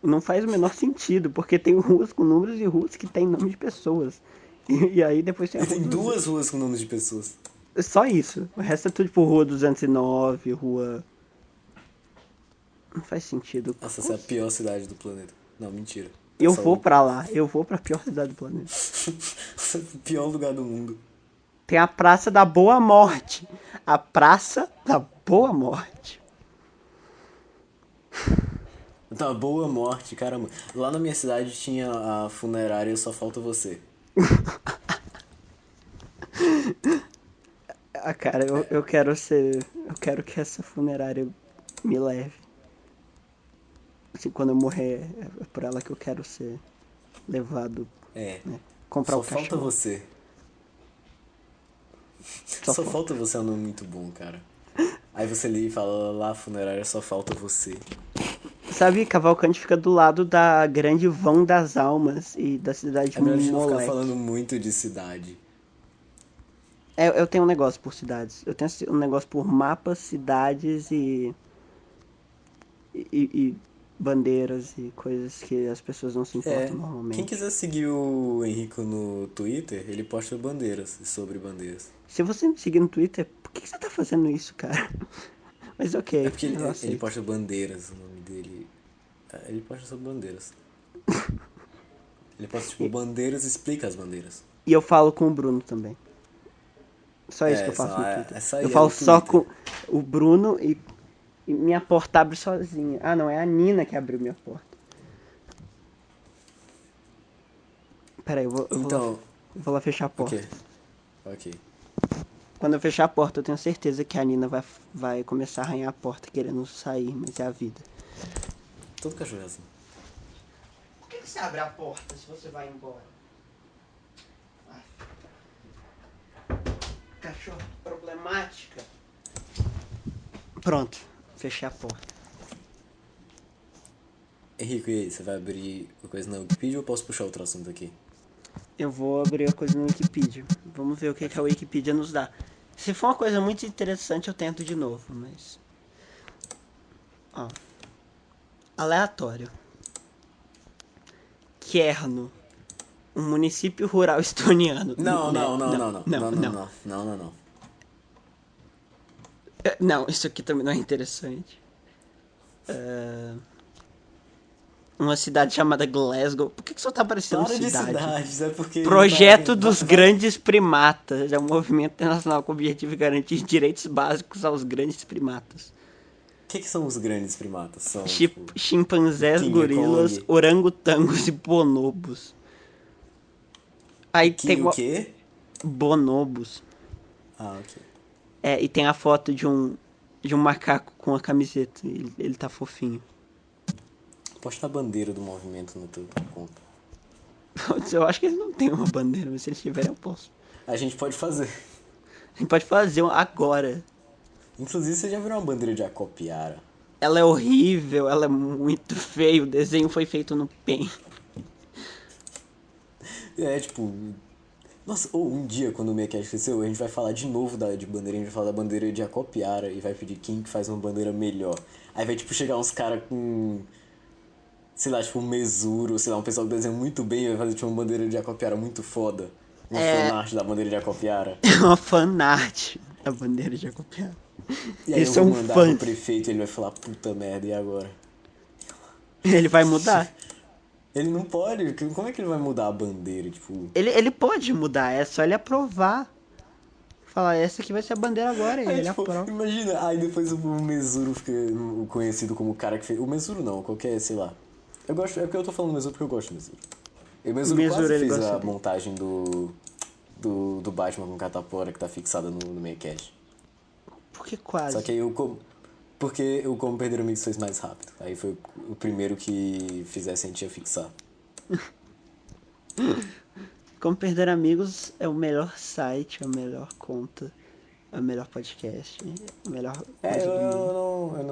A: Não faz o menor sentido, porque tem ruas com números e ruas que tem nome de pessoas. E, e aí depois tem a
B: E
A: rua
B: tem
A: dos-
B: (laughs) duas ruas com nomes de pessoas.
A: Só isso. O resto é tudo tipo rua 209, rua... Não faz sentido.
B: Nossa, essa é a pior cidade do planeta. Não, mentira.
A: Eu
B: Só
A: vou
B: (laughs) um-
A: pra lá. Eu vou pra pior cidade do planeta.
B: pior lugar do mundo.
A: Tem a Praça da Boa Morte. A Praça da Boa Morte.
B: Tá, boa morte, caramba. Lá na minha cidade tinha a funerária Só Falta Você.
A: Ah, cara, eu, eu quero ser. Eu quero que essa funerária me leve. Assim, quando eu morrer, é por ela que eu quero ser levado.
B: É.
A: Né? Comprar
B: Só
A: o
B: falta
A: cachorro.
B: você. Só,
A: fal-
B: falta você é um nome muito bom, cara. Aí você lê e fala lá, funerária, só falta você.
A: Tipo Sabe, Cavalcante fica do lado da grande vão das almas e da cidade
B: É
A: de
B: melhor a gente não ficar
A: Molec.
B: falando muito de cidade.
A: É, eu tenho um negócio por cidades. Eu tenho um negócio por mapas, cidades e. e, e bandeiras e coisas que as pessoas não se
B: É,
A: importam normalmente.
B: quem quiser seguir o Henrico no Twitter, ele posta bandeiras, sobre bandeiras.
A: Se você me seguir no Twitter, por que que você tá fazendo isso, cara? (laughs) Mas ok,
B: É porque ele,
A: eu
B: ele
A: aceito.
B: posta bandeiras, o nome dele. É, Ele posta sobre bandeiras. Ele posta, tipo, bandeiras e explica as bandeiras.
A: E eu falo com o Bruno também. Só isso
B: É,
A: que eu faço
B: só-
A: no
B: é-
A: Twitter.
B: essa aí
A: eu
B: é
A: falo
B: o
A: só com
B: Twitter.
A: o Bruno e, e minha porta abre sozinha. Ah, não, é a Nina que abriu minha porta. Peraí, eu vou. eu vou lá.
B: Então,
A: Eu vou lá fechar a porta.
B: Ok. Ok.
A: Quando eu fechar a porta, eu tenho certeza que a Nina vai, vai começar a arranhar a porta querendo sair, mas é a vida.
B: Todo cachorro é assim.
A: Por que, você abre a porta se você vai embora? Cachorro problemática. Pronto, fechei a porta.
B: Henrico, e aí? Você vai abrir a coisa na Wikipedia ou eu posso puxar outro assunto aqui?
A: Eu vou abrir a coisa no Wikipedia. Vamos ver o que, que a Wikipedia nos dá. Se for uma coisa muito interessante, eu tento de novo, mas. Ó. Aleatório. Querno. Um município rural estoniano.
B: Não,
A: Né?
B: não, não, não, não.
A: Não, não.
B: não. Não, não, não.
A: É, Não, isso aqui também não é interessante. É, Uma cidade chamada Glasgow. Por que, que só tá aparecendo
B: Para de
A: cidade?
B: cidades, é porque.
A: Projeto
B: Vai,
A: dos
B: vai,
A: Grandes Primatas. É um movimento internacional com o objetivo de garantir direitos básicos aos grandes primatas.
B: O que, que são os grandes primatas? São.
A: Chi-
B: tipo,
A: chimpanzés,
B: King
A: gorilas,
B: Kong.
A: orangotangos e bonobos. Aí
B: que,
A: tem
B: o
A: o-
B: quê?
A: bonobos.
B: Ah, ok.
A: É, e tem a foto de um de um macaco com a camiseta. Ele, ele tá fofinho.
B: Posta a bandeira do movimento no teu conta.
A: Putz, Eu acho que eles não têm uma bandeira, mas se eles tiverem eu posso.
B: A gente pode fazer.
A: A gente pode fazer um agora.
B: Inclusive, você já virou uma bandeira de acopiara.
A: Ela é horrível, ela é muito feia. O desenho foi feito no PEN.
B: É, tipo. Nossa, ou um dia, quando o Meiacast cresceu, a gente vai falar de novo da, de bandeira, a gente vai falar da bandeira de Acopiara e vai pedir quem que faz uma bandeira melhor. Aí vai, tipo, chegar uns caras com. Sei lá, tipo, um mesuro, sei lá, um pessoal que desenha muito bem vai fazer, tipo, uma bandeira de Acopiara muito foda. Uma fanart da bandeira de Acopiara.
A: (laughs) É uma fanart da bandeira de Acopiara.
B: E aí
A: Eles
B: eu
A: são
B: vou mandar
A: fãs.
B: pro prefeito, ele vai falar, puta merda, e agora?
A: Ele vai mudar.
B: Ele não pode, como é que ele vai mudar a bandeira, tipo.
A: Ele, ele pode mudar, é só ele aprovar. Falar, essa aqui vai ser a bandeira agora. E
B: Aí,
A: ele
B: tipo,
A: aprova.
B: imagina, aí depois o Mesuro fica conhecido como o cara que fez. O Mesuro não, qualquer, sei lá. Eu gosto, é porque eu tô falando do Mesuro porque eu gosto do Mesuro. E o Mesuro
A: Mesuro,
B: quase
A: ele
B: fez
A: gosta
B: a
A: dele.
B: montagem do, do, do Batman com catapora que tá fixada no, no meio cash.
A: Porque quase.
B: Só que aí o como. Porque o Como Perder Amigos fez mais rápido. Aí foi o primeiro que fizesse a gente ia fixar.
A: Como Perder Amigos é o melhor site, é a melhor conta, é o melhor podcast, é o melhor.
B: É,
A: coisa
B: eu,
A: do mundo.
B: eu não, eu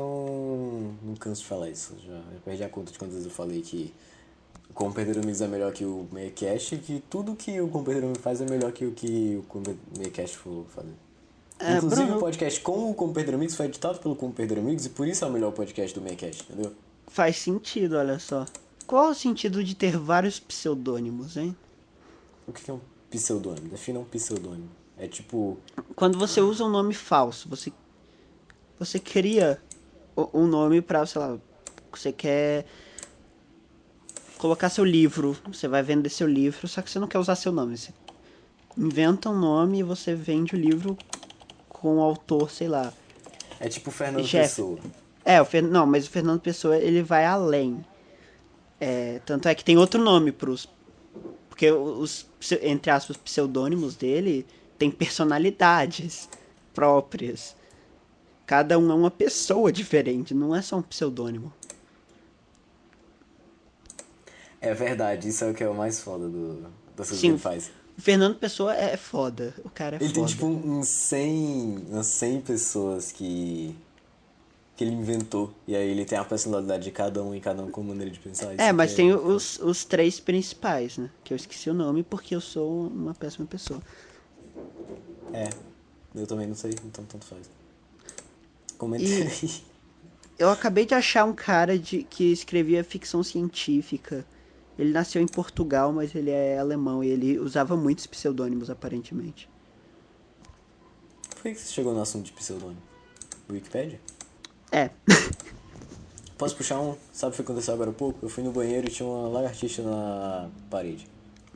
B: não, não canso de falar isso. Já, eu perdi a conta de quantas vezes eu falei que o Como Perder Amigos é melhor que o Meiacast e que tudo que o Como Perder Amigos faz é melhor que o que o Como Per- Meiacast for fazer.
A: É,
B: Inclusive,
A: Bruno-
B: o podcast com o Como Perder Amigos foi editado pelo Como Perder Amigos e por isso é o melhor podcast do Meiacast, entendeu?
A: Faz sentido, olha só. Qual o sentido de ter vários pseudônimos, hein?
B: O que que é um pseudônimo? Defina um pseudônimo. É tipo.
A: Quando você usa um nome falso, você você cria o- um nome pra, sei lá, você quer colocar seu livro, você vai vender seu livro, só que você não quer usar seu nome. Você inventa um nome e você vende o livro com o autor, sei lá,
B: É tipo Fernando
A: Jeff.
B: Pessoa.
A: É, o Fer... não, mas o Fernando Pessoa, ele vai além. É, tanto é que tem outro nome pros... Porque os, pse- entre aspas, pseudônimos dele tem personalidades próprias. Cada um é uma pessoa diferente, não é só um pseudônimo.
B: É verdade, isso é o que é o mais foda do, das coisas que
A: Sim.
B: ele faz.
A: O Fernando Pessoa é foda, o cara é
B: Ele tem
A: foda.
B: tipo uns 100, umas 100 pessoas que que ele inventou. E aí ele tem a personalidade de cada um e cada um com maneira de pensar. Isso
A: É, mas
B: que
A: tem os, os três principais, né? Que eu esqueci o nome porque eu sou uma péssima pessoa.
B: É, eu também não sei, então tanto faz. Comenta
A: E-
B: aí. (laughs)
A: Eu acabei de achar um cara de, que escrevia ficção científica. Ele nasceu em Portugal, mas ele é alemão e ele usava muitos pseudônimos, aparentemente.
B: Por que que você chegou no assunto de pseudônimo? Wikipedia?
A: É. (laughs)
B: Posso puxar um? Sabe o que aconteceu agora há pouco? Eu fui no banheiro e tinha uma lagartixa na parede.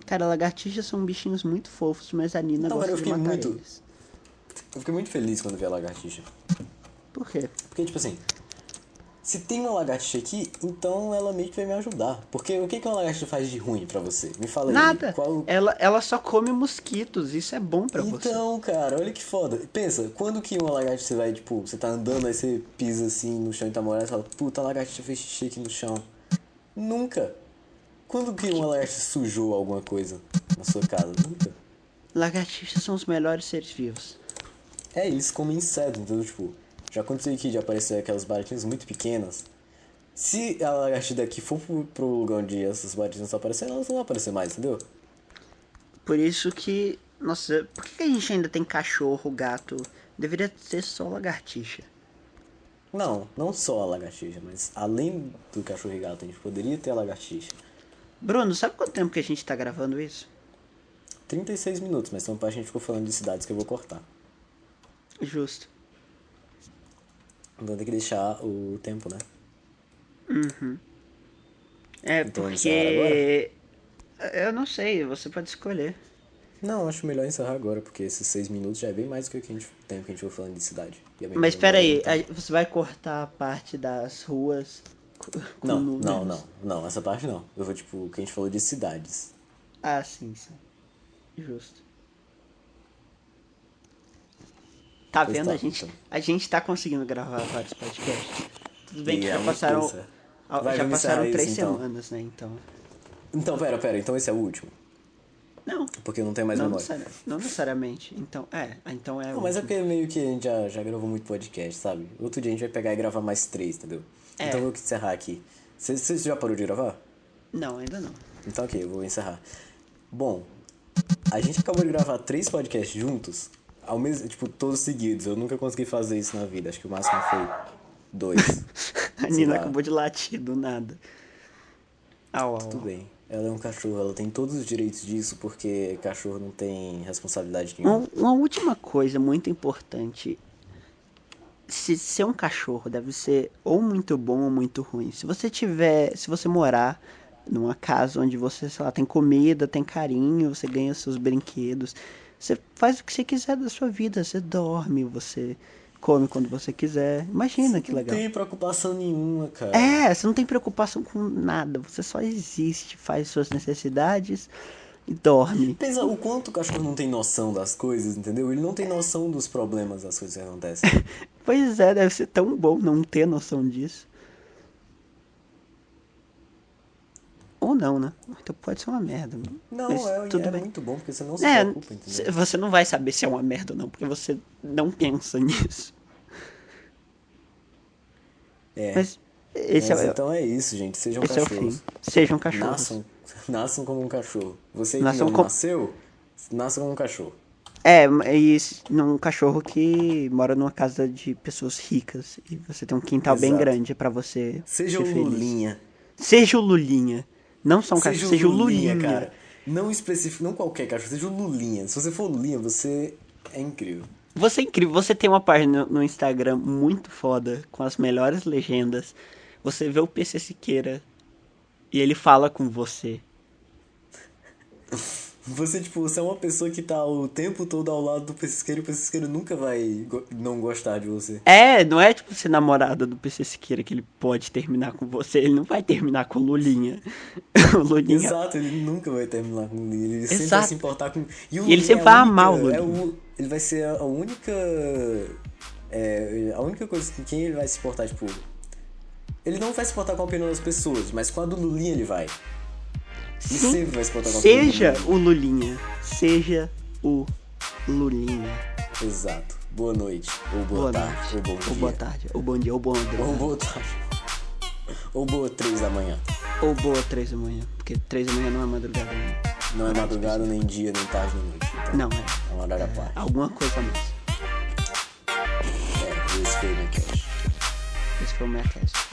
A: Cara, lagartixas são bichinhos muito fofos, mas a Nina
B: Não, cara,
A: gosta
B: Então,
A: de
B: eu fiquei
A: matar
B: muito-
A: eles.
B: Eu fiquei muito feliz quando vi a lagartixa.
A: Por quê?
B: Porque, tipo assim, se tem uma lagartixa aqui, então ela meio que vai me ajudar. Porque o que, que uma lagartixa faz de ruim pra você? Me fala
A: Nada.
B: aí. Qual...
A: Ela, ela só come mosquitos, isso é bom pra você.
B: Então, cara, olha que foda. Pensa, quando que uma lagartixa você vai, tipo, você tá andando, aí você pisa assim no chão e tá molhado, você fala, puta, a lagartixa fez xixi aqui no chão. Nunca. Quando que uma lagartixa sujou alguma coisa na sua casa? Nunca.
A: Lagartixas são os melhores seres vivos.
B: É, eles comem inseto, então, tipo, já aconteceu aqui de aparecer aquelas baratinhas muito pequenas. Se a lagartixa daqui for pro, pro lugar onde essas baratinhas estão aparecendo, elas não vão aparecer mais, entendeu?
A: Por isso que. Nossa, por que que a gente ainda tem cachorro, gato? Deveria ser só lagartixa.
B: Não, não só a lagartixa, mas além do cachorro e gato, a gente poderia ter a lagartixa.
A: Bruno, sabe quanto tempo que a gente tá gravando isso?
B: 36 minutos, mas então a gente ficou falando de cidades que eu vou cortar.
A: Justo.
B: Então tem que deixar o tempo, né?
A: É,
B: Então,
A: porque. Eu não sei, você pode escolher.
B: Não, acho melhor encerrar agora, porque esses 6 minutos já é bem mais do que o que a gente, tempo que a gente ficou falando de cidade. E é bem
A: Mas
B: mais
A: espera aí,
B: longo, então.
A: a- você vai cortar a parte das ruas co- com
B: Não,
A: números?
B: não, não, não, essa parte não. Eu vou, tipo, o que a gente falou de cidades.
A: Ah, sim, sim. Justo. Tá
B: Pois
A: vendo?
B: tá,
A: a, gente,
B: então.
A: a gente tá conseguindo gravar vários podcasts. Tudo bem
B: E
A: que
B: é
A: já
B: uma
A: passaram.
B: coisa.
A: ah,
B: Vai,
A: já
B: vamos
A: passaram
B: encerrar
A: três
B: isso, então.
A: semanas, né? Então.
B: Então, pera, pera, então esse é o último.
A: Não.
B: Porque eu não tenho mais
A: Não,
B: memória.
A: necessari- não necessariamente. Então, é. Então é.
B: Não, mas é porque meio que a gente já, já gravou muito podcast, sabe? Outro dia a gente vai pegar e gravar mais três, entendeu?
A: É.
B: Então eu vou encerrar aqui. Você você já parou de gravar?
A: Não, ainda não.
B: Então ok, eu vou encerrar. Bom, a gente acabou de gravar três podcasts juntos, ao mesmo, tipo, todos seguidos. Eu nunca consegui fazer isso na vida. Acho que o máximo foi (laughs) dois.
A: (laughs) A
B: Sei
A: Nina
B: lá. Ah,
A: acabou de latir do nada. Au, au,
B: Tudo bem. Ela é um cachorro, ela tem todos os direitos disso, porque cachorro não tem responsabilidade nenhuma.
A: Uma, uma última coisa muito importante. Se ser um cachorro deve ser ou muito bom ou muito ruim. Se você tiver, se você morar numa casa onde você, sei lá, tem comida, tem carinho, você ganha seus brinquedos, você faz o que você quiser da sua vida, você dorme, você come quando você quiser. Imagina que legal.
B: Não tem preocupação nenhuma, cara.
A: É, você não tem preocupação com nada, você só existe, faz suas necessidades e dorme.
B: Pensa o quanto o cachorro não tem noção das coisas, entendeu? Ele não tem noção dos problemas das coisas que acontecem.
A: Pois é, deve ser tão bom não ter noção disso. Ou não, né? Então pode ser uma merda.
B: Não,
A: mas
B: é,
A: tudo
B: é
A: bem.
B: muito bom, porque você não se
A: É,
B: preocupa, entendeu?
A: cê- você não vai saber se é uma merda ou não, porque você não pensa (laughs) nisso.
B: É.
A: Mas esse
B: Mas
A: é,
B: então é isso, gente. Sejam
A: esse é o fim.
B: cachorros.
A: Sejam cachorros.
B: Nasçam, (laughs) nasçam como um cachorro. Você que
A: Nasçam
B: não
A: com-
B: nasceu, nasça como um cachorro.
A: É, e s- num cachorro que mora numa casa de pessoas ricas e você tem um quintal bem
B: Exato.
A: grande pra você
B: Seja
A: ser
B: um
A: feliz.
B: lulinha.
A: Seja o Lulinha. Não só um
B: Seja
A: cachorro,
B: um
A: seja o
B: lulinha,
A: Lulinha.
B: cara. Não específico, não qualquer cachorro, seja um lulinha. Se você for lulinha, você é incrível.
A: Você é incrível, você tem uma página no Instagram muito foda, com as melhores legendas. Você vê o PC Siqueira e ele fala com você.
B: Você, tipo, você é uma pessoa que tá o tempo todo ao lado do pesqueiro e o pesqueiro nunca vai go- não gostar de você.
A: É, não é tipo ser namorada do PC Siqueira que ele pode terminar com você, ele não vai terminar com o Lulinha. (laughs) o Lulinha.
B: Exato, ele nunca vai terminar com o Lulinha. Ele sempre
A: Exato.
B: vai se importar com. o
A: E ele
B: Lulinha
A: sempre
B: é a
A: vai
B: única-
A: amar o
B: é
A: Lulinha.
B: o- Ele vai ser a única. é, a única coisa que quem ele vai se importar, tipo. Ele não vai se importar com a opinião das pessoas, mas com a do Lulinha ele vai. Ele
A: Sim.
B: sempre vai se importar com a opinião do
A: Seja
B: Lulinha.
A: o Lulinha. Seja o Lulinha.
B: Exato. Boa noite. Ou boa,
A: Boa noite.
B: tarde. Ou bom dia.
A: Ou boa tarde. Ou bom dia. Ou bom dia.
B: Ou boa tarde. Ou boa três da manhã.
A: Ou boa três da manhã. Porque três da manhã não é madrugada. né?
B: Não é madrugada, nem dia, nem tarde, nem noite. Então,
A: Não, é.
B: É uma horário à parte.
A: Alguma coisa a mais.
B: É, esse foi o meu cast.
A: Esse foi o Mercast.